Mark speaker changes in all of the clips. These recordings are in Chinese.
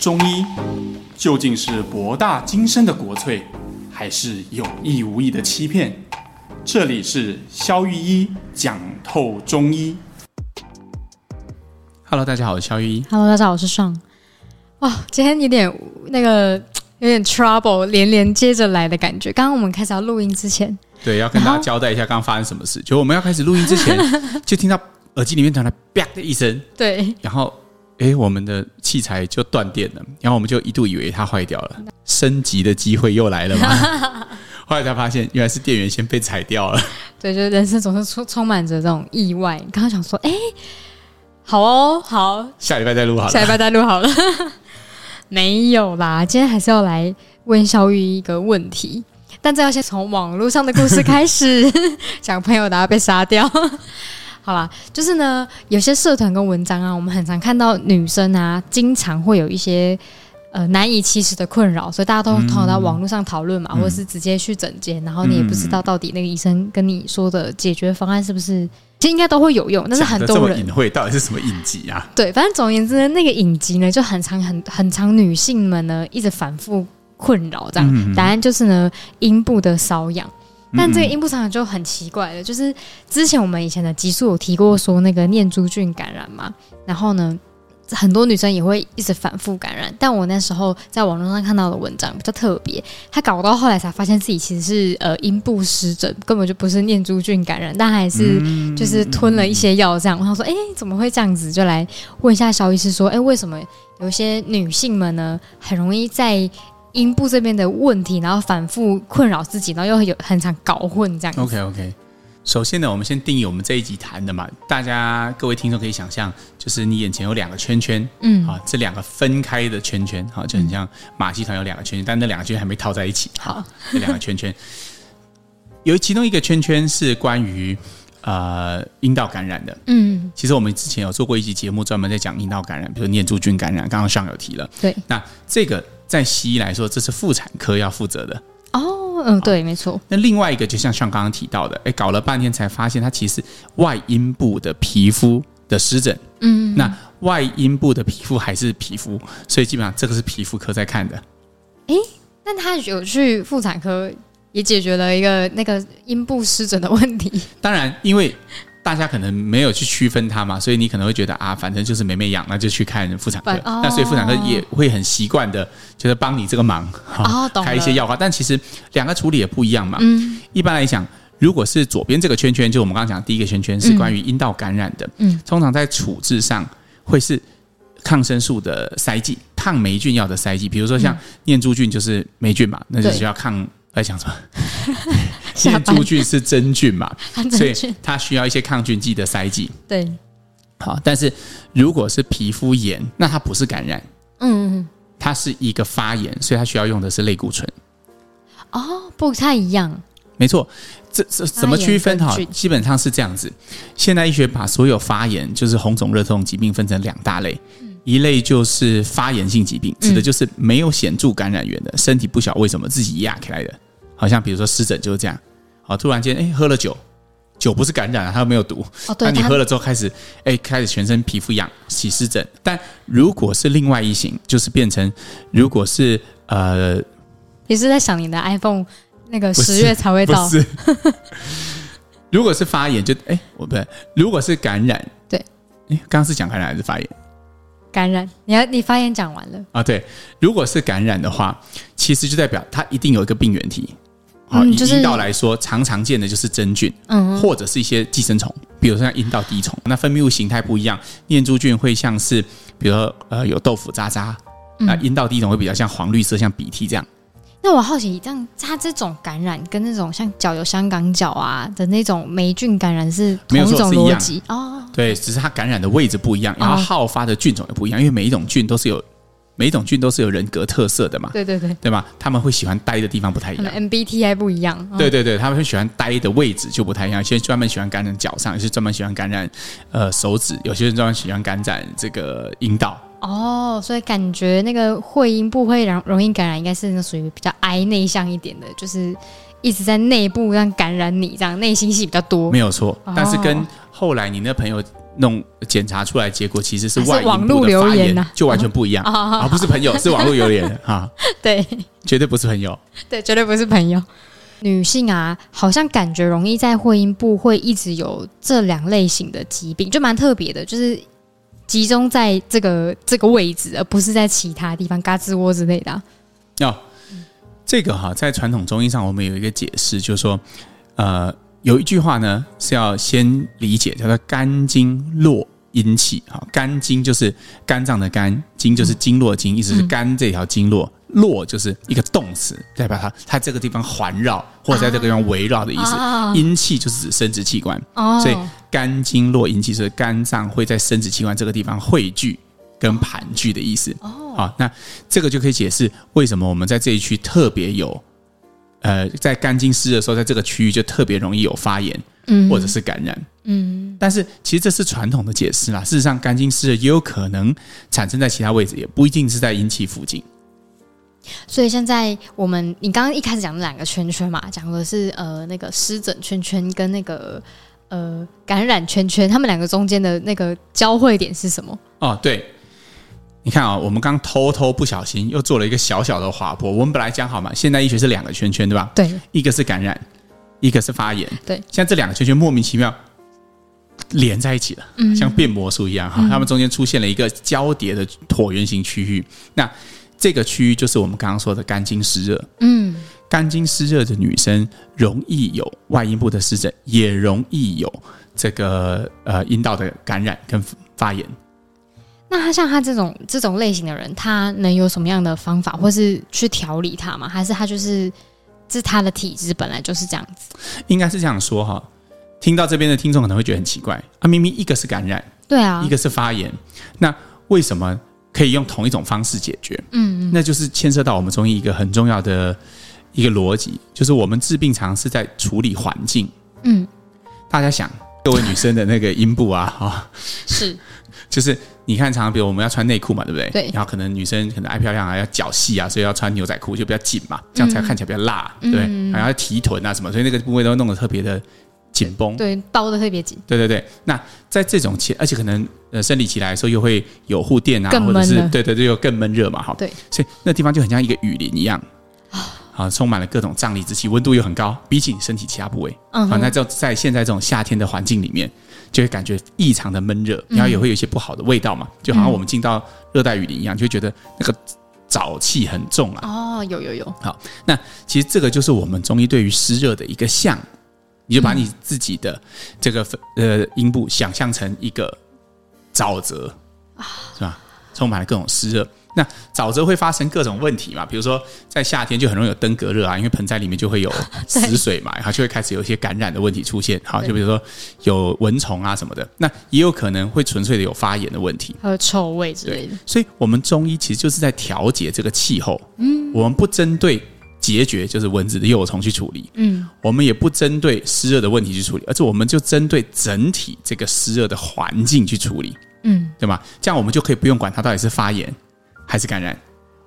Speaker 1: 中医究竟是博大精深的国粹，还是有意无意的欺骗？这里是肖玉一讲透中医。Hello，大家好，我是肖玉一。
Speaker 2: Hello，大家好，我是尚。哇，今天有点那个有点 trouble 连连接着来的感觉。刚刚我们开始要录音之前，
Speaker 1: 对，要跟大家交代一下刚刚发生什么事。就我们要开始录音之 前，就听到耳机里面传来“啪”的一声，
Speaker 2: 对，
Speaker 1: 然后诶，我们的器材就断电了，然后我们就一度以为它坏掉了，升级的机会又来了嘛。 后来才发现，原来是电源先被裁掉了。
Speaker 2: 对，就是人生总是充充满着这种意外。刚刚想说，哎、好哦，好，
Speaker 1: 下礼拜再录好
Speaker 2: 下
Speaker 1: 了。
Speaker 2: 礼拜再录好 了。没有啦，今天还是要来问小玉一个问题，但这要先从网络上的故事开 始讲朋友的要被杀掉。 好啦，就是呢，有些社团跟文章啊，我们很常看到女生啊，经常会有一些呃难以启齿的困扰，所以大家都通常到网络上讨论嘛，或者是直接去诊间，然后你也不知道到底那个医生跟你说的解决方案是不是，其实应该都会有用，但是很
Speaker 1: 讲得
Speaker 2: 多
Speaker 1: 这
Speaker 2: 人
Speaker 1: 么隐晦，到底是什么隐疾啊？
Speaker 2: 对，反正总而言之呢，那个影集呢，就很常很很常女性们呢一直反复困扰这样。
Speaker 1: 嗯
Speaker 2: 答案就是呢，阴部的瘙痒。但这个阴部瘙痒就很奇怪了，就是之前我们以前的集数有提过说那个念珠菌感染嘛，然后呢。很多女生也会一直反复感染，但我那时候在网络上看到的文章比较特别，她搞到后来才发现自己其实是呃阴部湿疹，根本就不是念珠菌感染，但还是
Speaker 1: 嗯
Speaker 2: 就是吞了一些药这样。我想说，哎、怎么会这样子？就来问一下肖医师说，哎、为什么有些女性们呢，很容易在阴部这边的问题，然后反复困扰自己，然后又有很常搞混这样子。
Speaker 1: OK OK，首先呢，我们先定义我们这一集谈的嘛，大家各位听众可以想象，就是你眼前有两个圈圈，
Speaker 2: 嗯，
Speaker 1: 啊，这两个分开的圈圈，好、就很像马戏团有两个圈圈，但那两个圈圈还没套在一起，
Speaker 2: 好，
Speaker 1: 这两个圈圈， 有其中一个圈圈是关于呃阴道感染的，
Speaker 2: 嗯，
Speaker 1: 其实我们之前有做过一期节目，专门在讲阴道感染，比如念珠菌感染，刚刚上有提了。
Speaker 2: 对，
Speaker 1: 那这个在西医来说，这是妇产科要负责的。
Speaker 2: 哦，嗯，对，没错，
Speaker 1: 那另外一个，就像像刚刚提到的，哎，搞了半天才发现它其实是外阴部的皮肤的湿疹。嗯，那外阴部的皮肤还是皮肤，所以基本上这个是皮肤科在看的。
Speaker 2: 但他有去妇产科。也解决了一个那个阴部湿疹的问题，
Speaker 1: 当然，因为大家可能没有去区分它嘛，所以你可能会觉得啊，反正就是美美痒，那就去看妇产科
Speaker 2: 反。哦
Speaker 1: 那所以妇产科也会很习惯的，就是帮你这个忙，哈
Speaker 2: 哦懂了嗯
Speaker 1: 开一些药膏。但其实两个处理也不一样嘛。一般来讲，如果是左边这个圈圈，就我们刚刚讲的第一个圈圈是关于阴道感染的，
Speaker 2: 嗯
Speaker 1: 通常在处置上会是。抗生素的塞剂，抗霉菌药的塞剂，比如说像念珠菌就是霉菌嘛，那就
Speaker 2: 嗯对
Speaker 1: 是要抗。在讲什么？
Speaker 2: 下
Speaker 1: 念
Speaker 2: 班
Speaker 1: 珠菌是真菌嘛，
Speaker 2: 很
Speaker 1: 所以
Speaker 2: 正确
Speaker 1: 它需要一些抗菌剂的塞剂。
Speaker 2: 对，
Speaker 1: 好，但是如果是皮肤炎，那它不是感染，
Speaker 2: 嗯，嗯
Speaker 1: 它是一个发炎，所以它需要用的是类固醇。
Speaker 2: 嗯哦，不太一样，
Speaker 1: 没错，这这怎么区分哈
Speaker 2: 发炎跟？菌
Speaker 1: 基本上是这样子。现代医学把所有发炎，就是红肿热痛疾病分成两大类，
Speaker 2: 嗯
Speaker 1: 一类就是发炎性疾病，指的就是没有显著感染源的，身体不晓为什么自己压起来的，好像比如说湿疹就是这样。好，突然间哎喝了酒，酒不是感染啊，它又没有毒，
Speaker 2: 哦，对，
Speaker 1: 那你
Speaker 2: 它
Speaker 1: 喝了之后开始，哎、开始全身皮肤痒、起湿疹。但如果是另外一型，就是变成如果
Speaker 2: 嗯
Speaker 1: 是呃，
Speaker 2: 也是在想你的 iPhone 那个
Speaker 1: 不是
Speaker 2: 十月才会
Speaker 1: 不
Speaker 2: 到，
Speaker 1: 是， 如果是发炎就哎、我不对，如果是感染，
Speaker 2: 对
Speaker 1: 诶，刚刚是讲感染还是发炎
Speaker 2: 感染。你要你发言讲完了，
Speaker 1: 啊？对，如果是感染的话，其实就代表它一定有一个病原体。好，
Speaker 2: 嗯
Speaker 1: 以
Speaker 2: 就是
Speaker 1: 阴道来说，常常见的就是真菌，
Speaker 2: 嗯
Speaker 1: 或者是一些寄生虫，比如说像阴道滴虫。那分泌物形态不一样，念珠菌会像是，比如说呃有豆腐渣渣，
Speaker 2: 嗯
Speaker 1: 那阴道滴虫会比较像黄绿色，像鼻涕这样。
Speaker 2: 那我好奇，这样它这种感染跟那种像脚有香港脚啊的那种霉菌感染是同
Speaker 1: 没有错
Speaker 2: 种
Speaker 1: 是一
Speaker 2: 逻
Speaker 1: 样
Speaker 2: 辑哦，
Speaker 1: 对，只是它感染的位置不一样，然后
Speaker 2: 哦
Speaker 1: 好发的菌种也不一样，因为每一种菌都是有每一种菌都是有人格特色的嘛，
Speaker 2: 对对对，
Speaker 1: 对吗？他们会喜欢待的地方不太一
Speaker 2: 可
Speaker 1: 样
Speaker 2: 能。MBTI 不一样，哦
Speaker 1: 对对对，他们会喜欢待的位置就不太一样，有些专门喜欢感染脚上，有些专门喜欢感染呃手指，有些人专门喜欢感染这个阴道。
Speaker 2: 哦，所以感觉那个会阴部会容容易感染，应该是那属于比较 I 内向一点的，就是一直在内部让感染你，这样内心戏比较多
Speaker 1: 没有错
Speaker 2: 哦，
Speaker 1: 但是跟后来你那朋友弄检查出来结果其实是外
Speaker 2: 是网
Speaker 1: 阴部
Speaker 2: 络
Speaker 1: 的
Speaker 2: 留
Speaker 1: 发
Speaker 2: 言
Speaker 1: 炎
Speaker 2: 呐，
Speaker 1: 就完全不一样
Speaker 2: 哦
Speaker 1: 啊，不是朋友，是网络留言啊，
Speaker 2: 对
Speaker 1: 绝对不是朋友。
Speaker 2: 对，绝对不是朋友。女性啊，好像感觉容易在会阴部会一直有这两类型的疾病，就蛮特别的，就是集中在这个这个位置，而不是在其他地方，嘎吱窝之类的啊、
Speaker 1: 哦，这个哈、在传统中医上我们有一个解释，就是说，呃，有一句话呢是要先理解，叫做“肝经络阴气”哈、肝经就是肝脏的肝，经就是经络的经，意思是肝这条经络。络就是一个动词，代表它它这个地方环绕或者在这个地方围绕的意思。
Speaker 2: 啊
Speaker 1: 阴气就是指生殖器官，
Speaker 2: 哦，
Speaker 1: 所以肝经络阴气是肝脏会在生殖器官这个地方汇聚跟盘踞的意思。
Speaker 2: 哦，
Speaker 1: 好，那这个就可以解释为什么我们在这一区特别有，呃，在肝经湿的时候，在这个区域就特别容易有发炎
Speaker 2: 嗯
Speaker 1: 或者是感染。
Speaker 2: 嗯
Speaker 1: 但是其实这是传统的解释啦，事实上肝经湿热也有可能产生在其他位置，也不一定是在阴气附近。
Speaker 2: 所以现在我们，你刚刚一开始讲的两个圈圈嘛，讲的是呃那个湿疹圈圈跟那个呃感染圈圈，他们两个中间的那个交汇点是什么？
Speaker 1: 哦，对。你看啊、我们刚偷偷不小心又做了一个小小的滑坡。我们本来讲好嘛，现代医学是两个圈圈，对吧？
Speaker 2: 对，
Speaker 1: 一个是感染，一个是发炎。
Speaker 2: 对
Speaker 1: 现在这两个圈圈莫名其妙连在一起了，像变魔术一样哈。它们中间出现了一个交叠的椭圆形区域。那这个区域就是我们刚刚说的肝经湿热。
Speaker 2: 嗯，
Speaker 1: 肝经湿热的女生容易有外阴部的湿疹，也容易有这个呃阴道的感染跟发炎。
Speaker 2: 那他像他这种这种类型的人，他能有什么样的方法，
Speaker 1: 嗯
Speaker 2: 或是去调理他吗？还是他就是是他的体质本来就是这样子？
Speaker 1: 应该是这样说哈。听到这边的听众可能会觉得很奇怪啊，明明一个是感染，
Speaker 2: 对啊
Speaker 1: 一，个是发炎，那为什么可以用同一种方式解决？嗯，那就是牵涉到我们中医一个很重要的一个逻辑，就是我们治病常是在处理环境。
Speaker 2: 嗯，
Speaker 1: 大家想，各位女生的那个阴部啊， 哈、
Speaker 2: 是
Speaker 1: 就是你看，常常比如我们要穿内裤嘛，对不对？
Speaker 2: 对
Speaker 1: 然后可能女生可能爱漂亮啊，要脚细啊，所以要穿牛仔裤就比较紧嘛，这样才看起来比较辣，对不对。然后要提臀啊什么，所以那个部位都弄得特别的紧绷。
Speaker 2: 对包的特别紧，
Speaker 1: 对对对，那在这种情，而且可能呃生理期来的时候又会有护垫啊，
Speaker 2: 更
Speaker 1: 或
Speaker 2: 闷
Speaker 1: 者是
Speaker 2: 了
Speaker 1: 对对对，又更闷热嘛，哈。
Speaker 2: 对，
Speaker 1: 所以那地方就很像一个雨林一样，啊，充满了各种瘴疠之气，温度又很高，比起你身体其他部位，
Speaker 2: 嗯
Speaker 1: 啊，
Speaker 2: 哼
Speaker 1: 那在在现在这种夏天的环境里面，就会感觉异常的闷热，
Speaker 2: 嗯
Speaker 1: 然后也会有一些不好的味道嘛，就好像我们进到热带雨林一样，就会觉得那个沼气很重啊。
Speaker 2: 哦，有有有，
Speaker 1: 其实这个就是我们中医对于湿热的一个象，你就把你自己的这个分呃阴部想象成一个沼泽是吧？充满了各种湿热。那沼泽会发生各种问题嘛？比如说在夏天就很容易有登革热啊，因为盆栽里面就会有死水嘛，然后就会开始有一些感染的问题出现。好，就比如说有蚊虫啊什么的，那也有可能会纯粹的有发炎的问题。
Speaker 2: 还有臭味之类的。
Speaker 1: 所以我们中医其实就是在调节这个气候。嗯，我们不针对孑孓，就是蚊子的幼虫去处理，
Speaker 2: 嗯，
Speaker 1: 我们也不针对湿热的问题去处理，而且我们就针对整体这个湿热的环境去处理。
Speaker 2: 嗯，
Speaker 1: 对吗？这样我们就可以不用管它到底是发炎还是感染，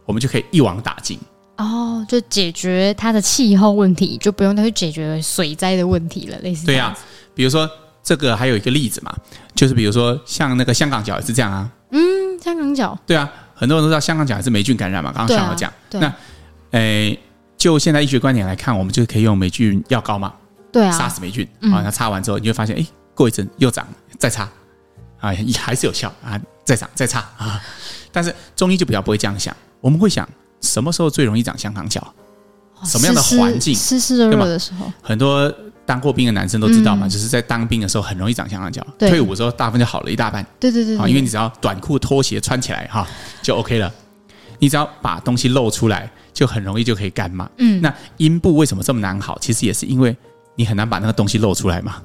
Speaker 1: 我们就可以一网打尽。
Speaker 2: 哦，就解决它的气候问题，就不用再去解决水灾的问题了，类似
Speaker 1: 对啊
Speaker 2: 呀、
Speaker 1: 呀、比如说这个还有一个例子嘛，就是比如说像那个香港脚也是这样啊，
Speaker 2: 嗯，香港脚，
Speaker 1: 对啊，很多人都知道香港脚也是霉菌感染嘛，刚刚
Speaker 2: 对
Speaker 1: 上好
Speaker 2: 啊
Speaker 1: 讲，，
Speaker 2: 对
Speaker 1: 那诶、哎就现在医学观点来看，我们就可以用霉菌药膏嘛，
Speaker 2: 对
Speaker 1: 杀
Speaker 2: 啊，
Speaker 1: 死霉菌
Speaker 2: 嗯
Speaker 1: 啊。那擦完之后，你就会发现，哎，过一阵又长，再擦啊，也还是有效啊，再长再擦啊。但是中医就比较不会这样想，我们会想什么时候最容易长香港脚？什么样的
Speaker 2: 湿湿
Speaker 1: 环境
Speaker 2: 湿湿热
Speaker 1: 对吗
Speaker 2: 热的时候，
Speaker 1: 很多当过兵的男生都知道嘛，
Speaker 2: 嗯
Speaker 1: 就是在当兵的时候很容易长香港脚，
Speaker 2: 对
Speaker 1: 退伍之后大部分就好了一大半
Speaker 2: 对对对
Speaker 1: 啊，
Speaker 2: 对，
Speaker 1: 因为你只要短裤拖鞋穿起来哈、就 OK 了，你只要把东西露出来，就很容易就可以干嘛。
Speaker 2: 嗯，
Speaker 1: 那阴部为什么这么难好？其实也是因为你很难把那个东西露出来嘛。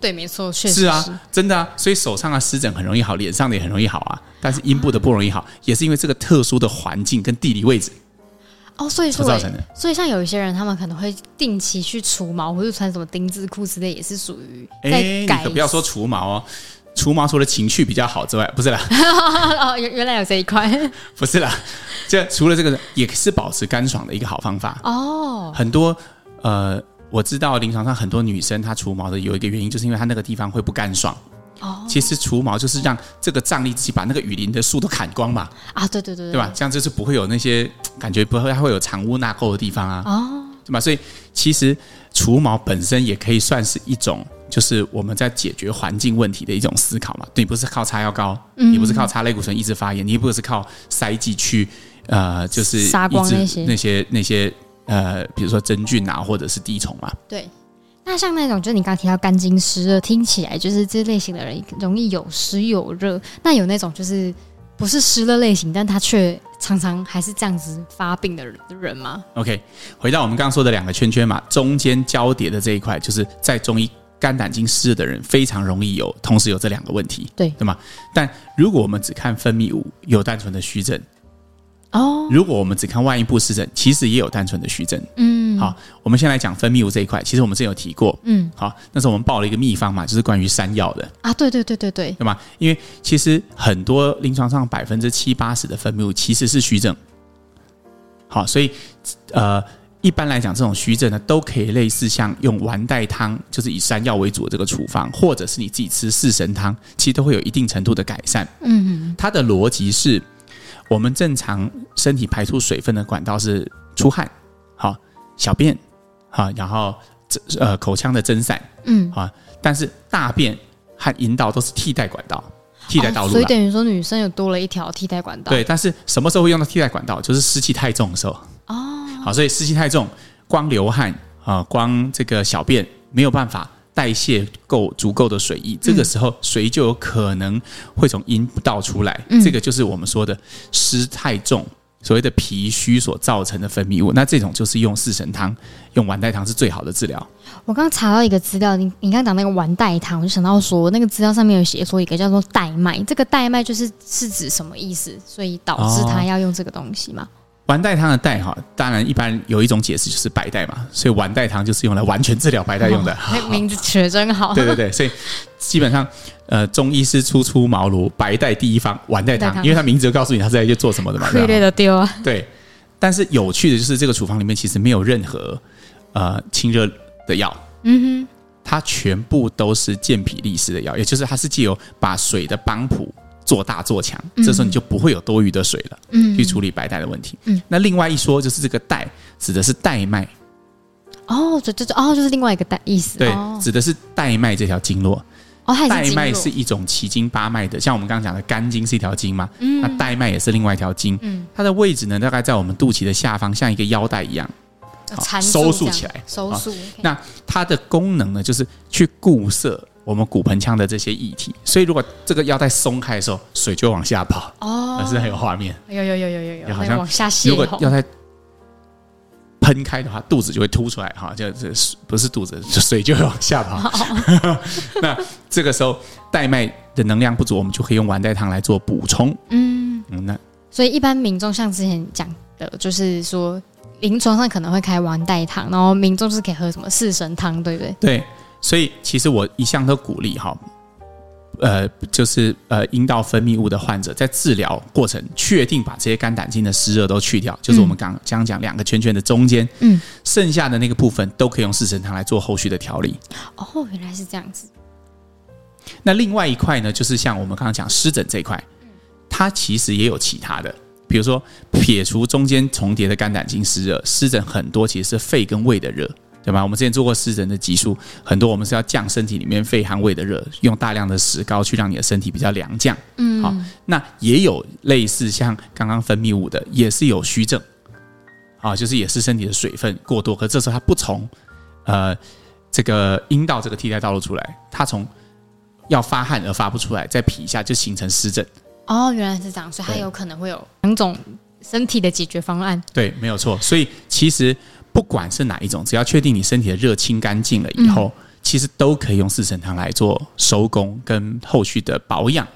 Speaker 2: 对，没错，确实
Speaker 1: 是啊，真的啊，所以手上的湿疹很容易好，脸上的也很容易好啊，但是阴部的不容易好，也是因为这个特殊的环境跟地理位置
Speaker 2: 哦，所以
Speaker 1: 所
Speaker 2: 说
Speaker 1: 造成的。
Speaker 2: 所以像有一些人，他们可能会定期去除毛，或者穿什么丁字裤之类，也是属于在
Speaker 1: 哎，你
Speaker 2: 改。
Speaker 1: 可不要说除毛哦，除毛除了情绪比较好之外，不是啦，
Speaker 2: 哦，原原来有这一块
Speaker 1: 不是啦，这除了这个也是保持干爽的一个好方法。
Speaker 2: 哦，
Speaker 1: 很多呃，我知道临床上很多女生她除毛的有一个原因，就是因为她那个地方会不干爽，
Speaker 2: 哦
Speaker 1: 其实除毛就是让这个瘴疠之气把那个雨林的树都砍光嘛，
Speaker 2: 啊，对对对
Speaker 1: 对吧？？这样就是不会有那些感觉不会还会有藏污纳垢的地方啊，
Speaker 2: 哦，
Speaker 1: 对吧？所以其实除毛本身也可以算是一种，就是我们在解决环境问题的一种思考嘛。对你不是靠擦药膏，
Speaker 2: 嗯
Speaker 1: 你不是靠擦类固醇抑制发炎，你也不是靠塞剂去呃，就是
Speaker 2: 杀光
Speaker 1: 抑制
Speaker 2: 那些
Speaker 1: 那些那些呃，比如说真菌啊，或者是滴虫嘛。
Speaker 2: 对。那像那种，就是你刚提到干净湿热，听起来就是这类型的人容易有湿有热。那有那种就是不是湿热类型，但他却常常还是这样子发病的人吗？
Speaker 1: OK，回到我们刚刚说的两个圈圈嘛，中间交叠的这一块，就是在中医肝胆经湿的人非常容易有，同时有这两个问题，
Speaker 2: 对
Speaker 1: 对吗？但如果我们只看分泌物，有单纯的虚症；
Speaker 2: 哦，
Speaker 1: 如果我们只看外阴部湿症，其实也有单纯的虚症。
Speaker 2: 嗯，
Speaker 1: 好，我们先来讲分泌物这一块，其实我们之前有提过，
Speaker 2: 嗯
Speaker 1: 好，那时候我们报了一个秘方嘛，就是关于山药的，
Speaker 2: 啊，对对对对对，
Speaker 1: 对吗？因为其实很多临床上百分之七八十的分泌物其实是虚症。好，所以呃，一般来讲，这种虚症呢，都可以类似像用丸带汤，就是以山药为主的这个处方，或者是你自己吃四神汤，其实都会有一定程度的改善。
Speaker 2: 嗯
Speaker 1: 它的逻辑是，我们正常身体排出水分的管道是出汗，好，小便，好，然后呃口腔的蒸散，
Speaker 2: 嗯，
Speaker 1: 但是大便和阴道都是替代管道，替代道
Speaker 2: 哦
Speaker 1: 路
Speaker 2: 所以
Speaker 1: 啦。
Speaker 2: 等于说女生有多了一条替代管道。
Speaker 1: 对，但是什么时候会用到替代管道？就是湿气太重的时候。哦，好，所以湿气太重，光流汗啊、光这个小便没有办法代谢够足够的水
Speaker 2: 嗯
Speaker 1: 液，这个时候水就有可能会从阴道出来。
Speaker 2: 嗯
Speaker 1: 这个就是我们说的湿太重。所谓的脾虚所造成的分泌物，那这种就是用四神汤、用丸带汤是最好的治疗。
Speaker 2: 我刚刚查到一个资料，你你刚刚讲那个丸带汤，我就想到说，那个资料上面有写说一个叫做带脉，这个带脉就是是指什么意思？所以导致他要用这个东西嘛？
Speaker 1: 丸带汤的带哈，当然一般有一种解释就是白带嘛，所以丸带汤就是用来完全治疗白带用的。
Speaker 2: 哦那名字取得真好。
Speaker 1: 哦 对对对，所以基本上，呃，中医师初出茅庐，白带第一方，丸带
Speaker 2: 丸带
Speaker 1: 汤，
Speaker 2: 汤
Speaker 1: 因为他名字就告诉你他是来去做什么 的嘛，
Speaker 2: 亏
Speaker 1: 对
Speaker 2: 累
Speaker 1: 吧？
Speaker 2: 的丢啊！
Speaker 1: 对。但是有趣的就是，这个处方里面其实没有任何呃清热的药，
Speaker 2: 嗯
Speaker 1: 它全部都是健脾利湿的药，也就是它是借由把水的帮浦做大做强，这时候你就不会有多余的水了，
Speaker 2: 嗯
Speaker 1: 去处理白带的问题。
Speaker 2: 嗯
Speaker 1: 那另外一说就是这个带指的是带脉，
Speaker 2: 哼，哦，这这哦，就是另外一个带意思。
Speaker 1: 对，
Speaker 2: 哦，
Speaker 1: 指的是带脉这条经络。
Speaker 2: 哦它也
Speaker 1: 带
Speaker 2: 是经
Speaker 1: 脉
Speaker 2: 络
Speaker 1: 是一种奇经八脉的，像我们刚刚讲的肝经是一条经嘛，那带脉也是另外一条经。
Speaker 2: 嗯
Speaker 1: 它的位置呢，大概在我们肚脐的下方，像一个腰带一样。
Speaker 2: 呃缠
Speaker 1: 收束
Speaker 2: 这样
Speaker 1: 起来哦
Speaker 2: 收
Speaker 1: 好
Speaker 2: 束。
Speaker 1: 那它的功能呢，就是去固摄我们骨盆腔的这些液体。所以如果这个腰带松开的时候，水就往下跑，
Speaker 2: 哦
Speaker 1: 而，是很有画面。
Speaker 2: 有有有有有有，
Speaker 1: 好
Speaker 2: 那
Speaker 1: 像
Speaker 2: 往下泄
Speaker 1: 如果
Speaker 2: 洪
Speaker 1: 腰带喷开的话，肚子就会凸出来，哈，就是不是肚子，水就会往下跑。
Speaker 2: 哦
Speaker 1: 那这个时候带脉的能量不足，我们就可以用丸带汤来做补充。
Speaker 2: 嗯，
Speaker 1: 嗯，那
Speaker 2: 所以一般民众像之前讲的，就是说临床上可能会开丸带汤，然后民众是可以喝什么四神汤，对不对？
Speaker 1: 对，所以其实我一向都鼓励哈，呃，就是呃阴道分泌物的患者在治疗过程，确定把这些肝胆经的湿热都去掉，就是我们刚刚刚讲两个圈圈的中间，
Speaker 2: 嗯，
Speaker 1: 剩下的那个部分都可以用四神汤来做后续的调理。
Speaker 2: 哦，原来是这样子。
Speaker 1: 那另外一块呢，就是像我们刚刚讲湿疹这一块，它其实也有其他的，比如说撇除中间重叠的肝胆经湿热，湿疹很多其实是肺跟胃的热。对吧？我们之前做过湿疹的集数，很多我们是要降身体里面肺和胃的热，用大量的石膏去让你的身体比较凉降。
Speaker 2: 嗯，
Speaker 1: 好那也有类似像刚刚分泌物的，也是有虚症，啊，就是也是身体的水分过多，可这时候它不从呃这个阴道这个替代道路出来，它从要发汗而发不出来，在皮下就形成湿疹。
Speaker 2: 哦，原来是这样，所以它
Speaker 1: 对
Speaker 2: 有可能会有两种身体的解决方案。
Speaker 1: 对，没有错。所以其实不管是哪一种，只要确定你身体的热清干净了以后，其实都可以用四神汤来做收工跟后续的保养。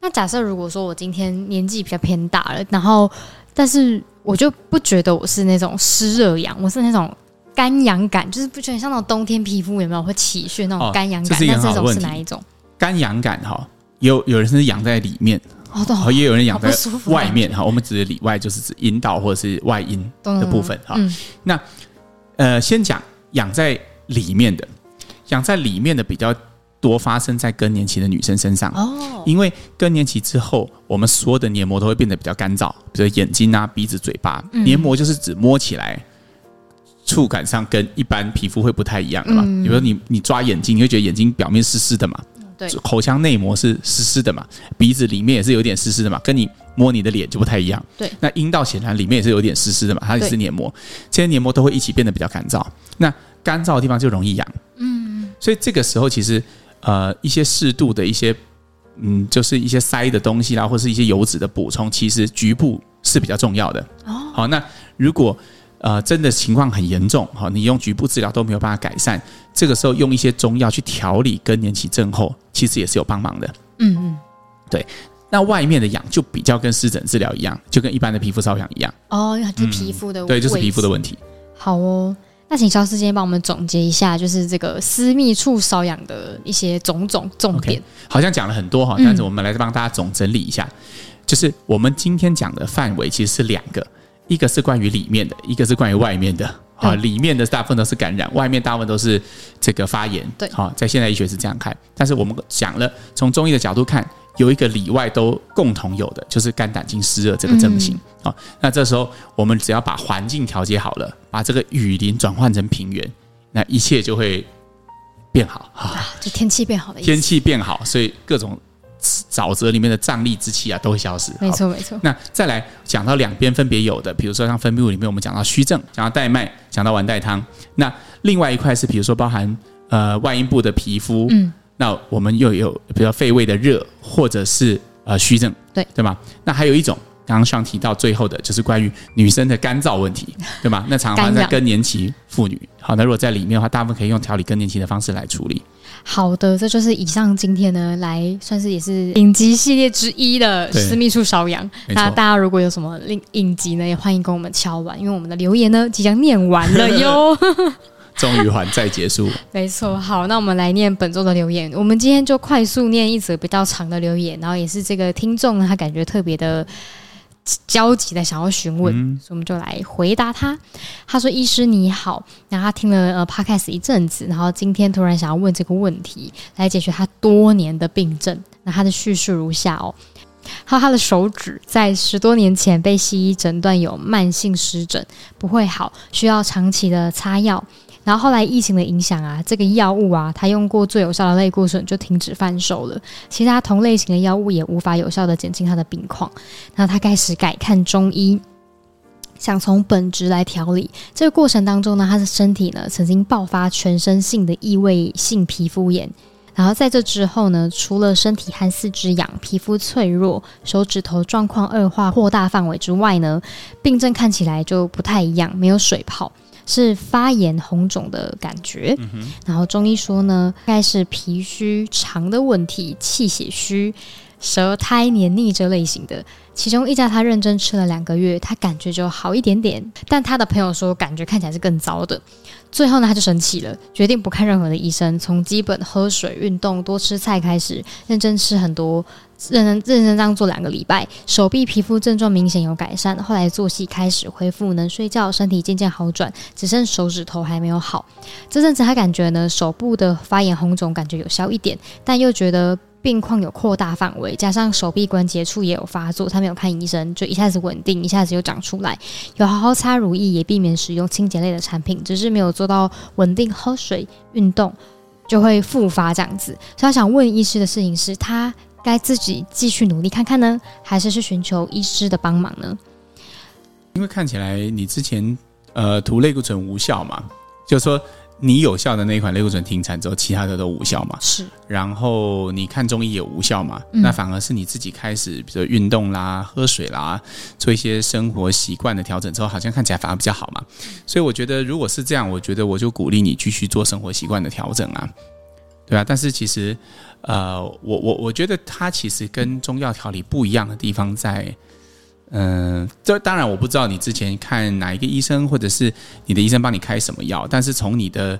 Speaker 2: 那假设如果说我今天年纪比较偏大了，然后但是我就不觉得我是那种湿热痒，我是那种干痒感，就是不觉得像那种冬天皮肤有没有会起屑那种
Speaker 1: 哦
Speaker 2: 干痒
Speaker 1: 这
Speaker 2: 感？
Speaker 1: 是一个
Speaker 2: 那
Speaker 1: 很
Speaker 2: 这
Speaker 1: 好的
Speaker 2: 种
Speaker 1: 问
Speaker 2: 是
Speaker 1: 题
Speaker 2: 哪一种？
Speaker 1: 干痒感哈，有有人是养在里面。
Speaker 2: 哦，懂
Speaker 1: 好，也有人养
Speaker 2: 好不
Speaker 1: 在
Speaker 2: 舒服啊
Speaker 1: 外面哈。我们指的里外就是指阴道或者是外阴
Speaker 2: 懂
Speaker 1: 的部分哈。
Speaker 2: 嗯
Speaker 1: 呃，先讲养在里面的，养在里面的比较多发生在更年期的女生身上。
Speaker 3: 哦，
Speaker 1: 因为更年期之后，我们所有的黏膜都会变得比较干燥，比如眼睛啊、鼻子、嘴巴。
Speaker 3: 嗯
Speaker 1: 黏膜就是指摸起来触感上跟一般皮肤会不太一样的嘛。
Speaker 3: 嗯
Speaker 1: 比如说你你抓眼睛，你会觉得眼睛表面湿湿的嘛，
Speaker 2: 对
Speaker 1: 口腔内膜是湿湿的嘛，鼻子里面也是有点湿湿的嘛，跟你摸你的脸就不太一样。
Speaker 3: 对
Speaker 1: 那阴道显然里面也是有点湿湿的嘛，它也是
Speaker 3: 对
Speaker 1: 黏膜，这些黏膜都会一起变得比较干燥。那干燥的地方就容易痒。嗯，所以这个时候其实呃一些适度的一些嗯就是一些塞的东西啦，或是一些油脂的补充，其实局部是比较重要的。哦，好，那如果呃，真的呃情况很严重，好，你用局部治疗都没有办法改善，这个时候用一些中药去调理更年期症候，其实也是有帮忙的。
Speaker 2: 嗯嗯，
Speaker 1: 那外面的痒就比较跟湿疹治疗一样，就跟一般的皮肤瘙痒一样，
Speaker 2: 哦，因为它是皮肤的、
Speaker 1: 嗯对，就是皮肤的问题。
Speaker 2: 好哦，那请肖师今天帮我们总结一下，就是这个私密处瘙痒的一些种种重点。嗯
Speaker 1: 好像讲了很多哈，但是我们来帮大家总整理一下，就是我们今天讲的范围其实是两个，一个是关于里面的，一个是关于外面的。啊，
Speaker 2: 嗯
Speaker 1: 里面的大部分都是感染，外面大部分都是这个发炎。
Speaker 2: 对
Speaker 1: 好，在现代医学是这样看，但是我们讲了，从中医的角度看，有一个里外都共同有的，就是肝胆经湿热这个症型。
Speaker 2: 嗯
Speaker 1: 好、那这时候我们只要把环境调节好了，把这个雨林转换成平原，那一切就会变好。好、
Speaker 2: 就天气变好的意思。
Speaker 1: 天气变好，所以各种沼泽里面的瘴疠之气啊都会消失。
Speaker 2: 没
Speaker 1: 好。
Speaker 2: 错没错，
Speaker 1: 那再来讲到两边分别有的，比如说像分泌物里面我们讲到虚症，讲到带脉，讲到丸带汤。那另外一块是比如说包含呃外阴部的皮肤，嗯，那我们又有比如说肺胃的热或者是呃虚症，
Speaker 2: 对
Speaker 1: 对吗？那还有一种。刚刚上提到最后的就是关于女生的干燥问题，对吗？那常常发生
Speaker 2: 干
Speaker 1: 在
Speaker 2: 痒
Speaker 1: 更年期妇女。好，那如果在里面的话，大部分可以用调理更年期的方式来处理。
Speaker 2: 好的，这就是以上今天呢来算是也是影集系列之一的
Speaker 1: 对
Speaker 2: 私密处瘙痒。
Speaker 1: 没错
Speaker 2: 那大家如果有什么影影集呢，也欢迎跟我们敲完，因为我们的留言呢即将念完了 哟。
Speaker 1: 终于还债结束，
Speaker 2: 没错，好，那我们来念本周的留言。我们今天就快速念一则比较长的留言，然后也是这个听众呢，他感觉特别的焦急的想要询问，所以我们就来回答他。他说：“医师你好，然后他听了呃 podcast 一阵子，然后今天突然想要问这个问题，来解决他多年的病症。那他的叙述如下哦。”还有他的手指在十多年前被西医诊断有慢性湿疹，不会好，需要长期的擦药。然后后来疫情的影响啊，这个药物啊，他用过最有效的类固醇就停止贩售了，其他同类型的药物也无法有效的减轻他的病况。那他开始改看中医，想从本质来调理。这个过程当中呢，他的身体呢曾经爆发全身性的异位性皮肤炎。然后在这之后呢，除了身体和四肢痒、皮肤脆弱、手指头状况恶化扩大范围之外呢，病症看起来就不太一样，没有水泡。是发炎红肿的感觉。然后中医说呢，大概是脾虚、肠的问题、气血虚、舌苔黏腻这类型的。其中一家他认真吃了两个月，他感觉就好一点点，但他的朋友说感觉看起来是更糟的。最后呢，他就生气了，决定不看任何的医生，从基本喝水、运动、多吃菜开始，认真吃很多认真认真这样做两个礼拜，手臂皮肤症状明显有改善，后来作息开始恢复，能睡觉，身体渐渐好转，只剩手指头还没有好。这阵子他感觉呢，手部的发炎红肿感觉有消一点，但又觉得。病况有扩大范围，加上手臂关节处也有发作，他没有看医生，就一下子稳定，一下子又长出来。有好好擦乳液，也避免使用清洁类的产品，只是没有做到稳定喝水、运动，就会复发这样子。所以他想问医师的事情是，他该自己继续努力看看呢，还是去寻求医师的帮忙呢？
Speaker 1: 因为看起来你之前呃涂类固醇无效嘛，就是说你有效的那一款类固醇停产之后，其他的都无效嘛。
Speaker 2: 是，
Speaker 1: 然后你看中医也无效嘛，
Speaker 2: 嗯
Speaker 1: 那反而是你自己开始，比如说运动啦、喝水啦，做一些生活习惯的调整之后，好像看起来反而比较好嘛。所以我觉得，如果是这样，我觉得我就鼓励你继续做生活习惯的调整啊，对啊。但是其实，呃，我我我觉得它其实跟中药调理不一样的地方在。嗯，这当然我不知道你之前看哪一个医生，或者是你的医生帮你开什么药，但是从你的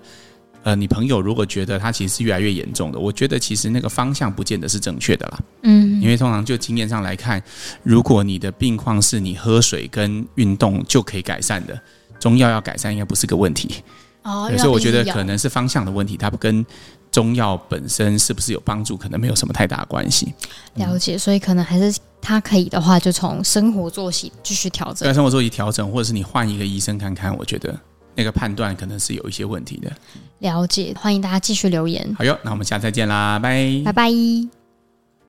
Speaker 1: 呃，你朋友如果觉得他其实是越来越严重的，我觉得其实那个方向不见得是正确的啦。
Speaker 2: 嗯
Speaker 1: 因为通常就经验上来看，如果你的病况是你喝水跟运动就可以改善的，中药要改善应该不是个问题。
Speaker 2: 哦
Speaker 1: 对所以我觉得可能是方向的问题，它不跟中药本身是不是有帮助，可能没有什么太大的关系。
Speaker 2: 了解，所以可能还是他可以的话，就从生活作息继续调
Speaker 1: 对
Speaker 2: 整。
Speaker 1: 生活作息调整，或者是你换一个医生看看，我觉得那个判断可能是有一些问题的。
Speaker 2: 了解，欢迎大家继续留言，
Speaker 1: 好哟，那我们下次再见啦，拜
Speaker 2: 拜拜。